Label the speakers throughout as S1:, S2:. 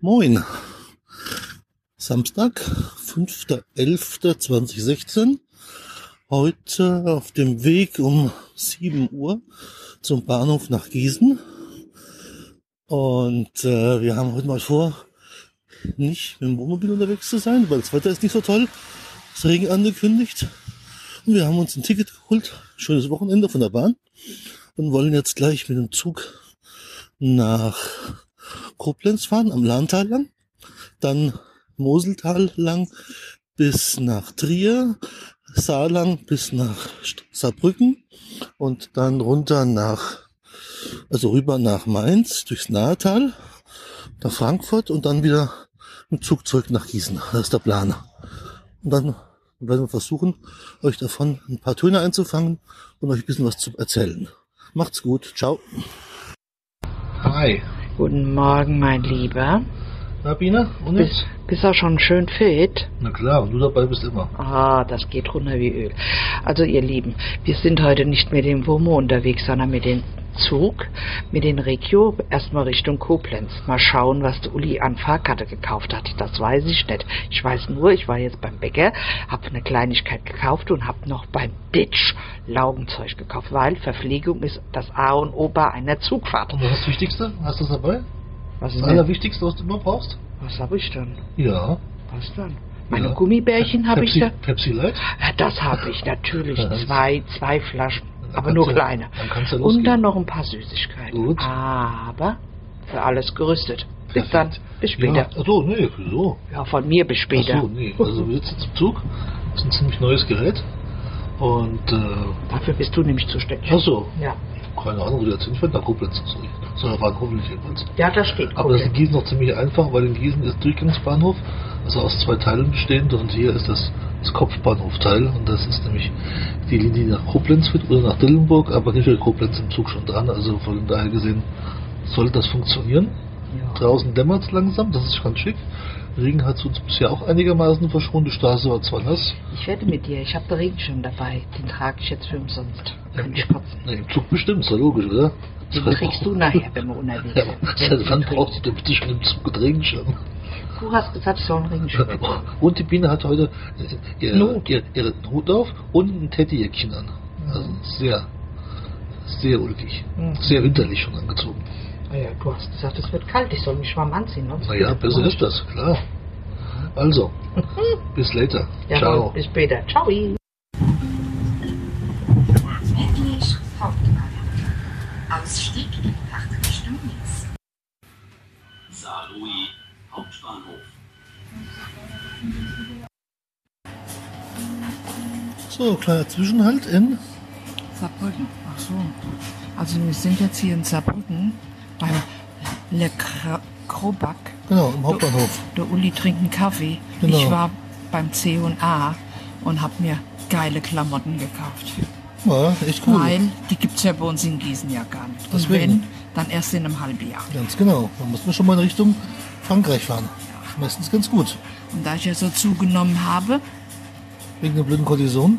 S1: Moin. Samstag, 5.11.2016. Heute auf dem Weg um 7 Uhr zum Bahnhof nach Gießen. Und äh, wir haben heute mal vor, nicht mit dem Wohnmobil unterwegs zu sein, weil das Wetter ist nicht so toll. Es ist Regen angekündigt. Und wir haben uns ein Ticket geholt. Schönes Wochenende von der Bahn. Und wollen jetzt gleich mit dem Zug nach Koblenz fahren, am Lahntal lang, dann Moseltal lang bis nach Trier, Saarlang bis nach St- Saarbrücken und dann runter nach, also rüber nach Mainz durchs Nahetal, nach Frankfurt und dann wieder mit Zug zurück nach Gießen. Das ist der Plan. Und dann werden wir versuchen, euch davon ein paar Töne einzufangen und euch ein bisschen was zu erzählen. Macht's gut. Ciao. Hi.
S2: Guten Morgen, mein Lieber.
S1: Na, Biene? Und
S2: Bist, bist du schon schön fit?
S1: Na klar, und du dabei bist immer.
S2: Ah, das geht runter wie Öl. Also, ihr Lieben, wir sind heute nicht mit dem Womo unterwegs, sondern mit dem Zug, mit den Regio, erstmal Richtung Koblenz. Mal schauen, was der Uli an Fahrkarte gekauft hat. Das weiß ich nicht. Ich weiß nur, ich war jetzt beim Bäcker, habe eine Kleinigkeit gekauft und habe noch beim Ditch Laugenzeug gekauft, weil Verpflegung ist das A und O bei einer Zugfahrt.
S1: Und was ist das Wichtigste? Hast du das dabei?
S2: Was
S1: Das
S2: ist denn?
S1: Allerwichtigste, was du immer brauchst?
S2: Was habe ich denn?
S1: Ja.
S2: Was denn? Meine
S1: Ja.
S2: Gummibärchen habe ich
S1: Pepsi,
S2: da.
S1: Pepsi Light?
S2: Ja, Das habe ich natürlich.
S1: Ja, das-
S2: Zwei, zwei Flaschen.
S1: Dann
S2: Aber
S1: kannst
S2: nur
S1: du-
S2: kleine.
S1: dann kannst du
S2: Und
S1: losgehen.
S2: dann noch ein paar Süßigkeiten.
S1: Gut.
S2: Aber für alles gerüstet. Bis
S1: Perfekt.
S2: dann. Bis später.
S1: Ja. Achso, nee, wieso?
S2: Ja, von mir bis später.
S1: Achso, nee. Also wir sitzen zum Zug. Das ist ein ziemlich neues Gerät. Und, äh,
S2: Dafür bist du nämlich zuständig.
S1: achso,
S2: Ja.
S1: keine Ahnung, wo der jetzt hinfährt. Nach Koblenz. Sorry. Sondern waren Koblenz jedenfalls.
S2: ja, das steht.
S1: Aber das ist in
S2: Koblenz.
S1: Gießen noch ziemlich einfach, weil in Gießen ist Durchgangsbahnhof, also aus zwei Teilen bestehend und hier ist das, das Kopfbahnhofteil und das ist nämlich die Linie, die nach Koblenz führt oder nach Dillenburg, aber hier steht Koblenz im Zug schon dran, also von daher gesehen sollte das funktionieren.
S2: ja.
S1: Draußen dämmert es langsam, das ist ganz schick. Regen hat uns bisher auch einigermaßen verschont, die Straße war zwar nass,
S2: Ich wette mit dir, ich habe den Regenschirm dabei. Den trage ich jetzt für umsonst. Kann ich kotzen.
S1: ne, im Zug bestimmt, ist ja logisch, oder?
S2: Den kriegst du nachher, wenn wir unterwegs
S1: Ja,
S2: sind. Wenn
S1: seit
S2: du
S1: wann
S2: den
S1: brauchst du denn bitte schon im Zug einen Regenschirm?
S2: kriegst. Du hast gesagt, ich soll einen Regenschirm mitnehmen.
S1: Und die Biene hat heute äh, ihre,
S2: Not.
S1: ihre, ihren Hut auf und ein Teddyjäckchen an. Also sehr, sehr ulkig.
S2: Mhm.
S1: Sehr winterlich schon angezogen.
S2: Naja, Ah du hast gesagt, es wird kalt, ich soll mich warm anziehen. ne? sonst
S1: Naja,
S2: wird es
S1: besser
S2: kalt.
S1: ist das, klar. Also, bis later.
S2: Jawohl,
S1: Ciao.
S2: bis später. Ciao.
S3: Englisch Hauptbahnhof. Ausstieg nach Richtung links.
S4: Saarlouis Hauptbahnhof.
S1: So, kleiner Zwischenhalt in.
S5: Saarbrücken, ach so. Also wir sind jetzt hier in Saarbrücken beim Le Kra- Krobak.
S1: Genau, im Hauptbahnhof.
S5: Der Uli trinkt einen Kaffee.
S1: Genau.
S5: Ich war beim C&A und habe mir geile Klamotten gekauft.
S1: Ja, echt cool.
S5: Weil die gibt's ja bei uns in Gießen ja gar nicht. Und
S1: Deswegen.
S5: wenn, dann erst in einem halben Jahr.
S1: Ganz genau. Da mussten wir schon mal in Richtung Frankreich fahren. Meistens ganz gut.
S5: Und da ich ja so zugenommen habe
S1: Wegen der blöden Kortison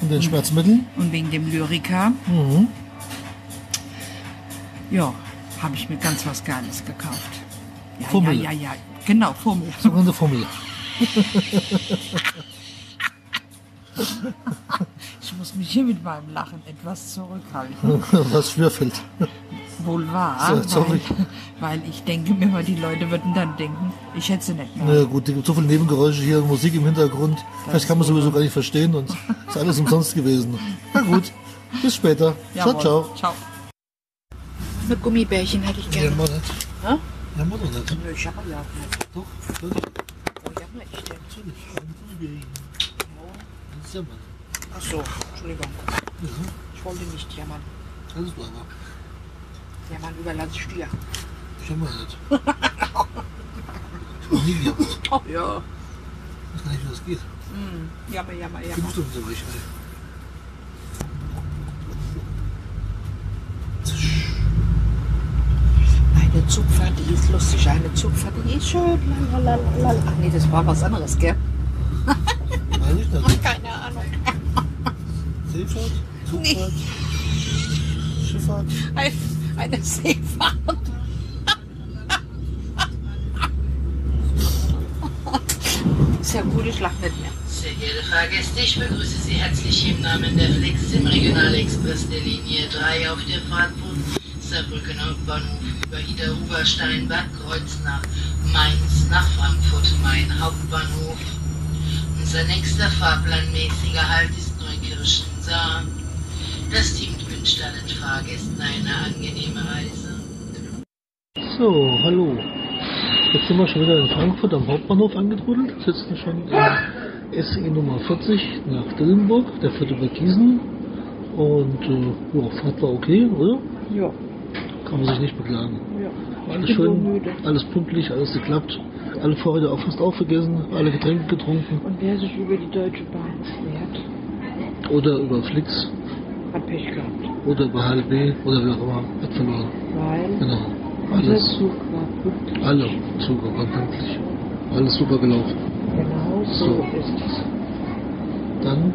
S1: und den Schmerzmitteln.
S5: und wegen dem Lyrica,
S1: Mhm.
S5: ja, habe ich mir ganz was Geiles gekauft. Ja,
S1: Fummel.
S5: ja, ja, ja. Genau, Fummel.
S1: Sogenannte Formel.
S5: Ich muss mich hier mit meinem Lachen etwas zurückhalten.
S1: Was schwerfällt.
S5: Wohl wahr,
S1: So, sorry.
S5: Weil, weil ich denke mir mal, die Leute würden dann denken, ich hätte sie nicht mehr.
S1: Na Ne, gut, es gibt so viele Nebengeräusche hier, Musik im Hintergrund. Vielleicht kann man sowieso gar nicht verstehen und ist alles umsonst gewesen. Na gut, bis später.
S5: Jawohl.
S1: Ciao, ciao.
S5: ciao.
S2: Eine Gummibärchen hätte ich
S1: Ja, mal nicht. Ja, mal doch nicht.
S2: Nö, ich habe ja auch nicht.
S1: Doch,
S5: oh,
S1: doch,
S2: Wo hab ich denn?
S1: natürlich. Das ist ja mal.
S2: Ach so, Entschuldigung.
S1: Ja,
S2: Ich wollte nicht jammern.
S1: das ist aber.
S2: Jammern überlasse ich dir.
S1: Ich hab mal nicht. Ich hab noch nie gehabt.
S2: Oh ja.
S1: Ich weiß gar nicht, wie das geht.
S2: Hm. Jammer, jammer,
S1: Ich
S2: jammer.
S1: muss doch nicht ey.
S2: Eine Zugfahrt, die ist lustig. Eine Zugfahrt, die ist schön. Lalalala. Ach nee, das war was anderes, gell?
S1: Weiß ich nicht.
S2: Keine Ahnung.
S1: Seefahrt, Zugfahrt, Schifffahrt.
S2: Ein, eine Seefahrt. ist ja gute Schlacht nicht mehr.
S4: Sehr geehrte Fahrgäste, ich begrüße Sie herzlich im Namen der Flexim Regionalexpress der Linie 3 auf der Fahrt von Saarbrücken Hauptbahnhof über Ida Steinbach, Kreuznach, Mainz nach Frankfurt Main Hauptbahnhof. Unser nächster fahrplanmäßiger Halt ist Neukirchen Saar. Das Team wünscht allen Fahrgästen eine angenehme Reise.
S1: So, hallo. Jetzt sind wir schon wieder in Frankfurt am Hauptbahnhof angetrudelt, sitzen schon in SE Nummer 40 nach Dillenburg, der Viertel bei Gießen. Und äh, ja, Fahrt war okay, oder?
S2: Ja,
S1: Kann man sich nicht beklagen.
S2: ja.
S1: Alles schön, alles pünktlich, alles geklappt. Alle Vorräte auch fast aufgegessen, alle Getränke getrunken
S2: Und wer sich über die Deutsche Bahn beschwert,
S1: oder über Flix
S2: hat Pech gehabt.
S1: oder über HLB oder wie auch immer, hat verloren.
S2: Weil
S1: Genau,
S2: der
S1: alles,
S2: Zug war pünktlich.
S1: alle Züge waren pünktlich. Alles super gelaufen.
S2: Genau so
S1: So.
S2: ist es.
S1: Dann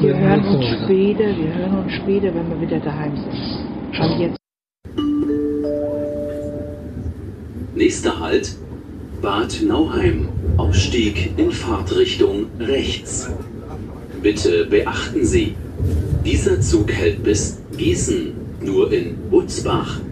S2: Wir
S1: melden
S2: hören uns
S1: mal wieder.
S2: später, wir hören uns später, wenn wir wieder daheim sind. Schon jetzt.
S6: Nächster Halt Bad Nauheim. Aufstieg in Fahrtrichtung rechts. Bitte beachten Sie, dieser Zug hält bis Gießen, nur in Butzbach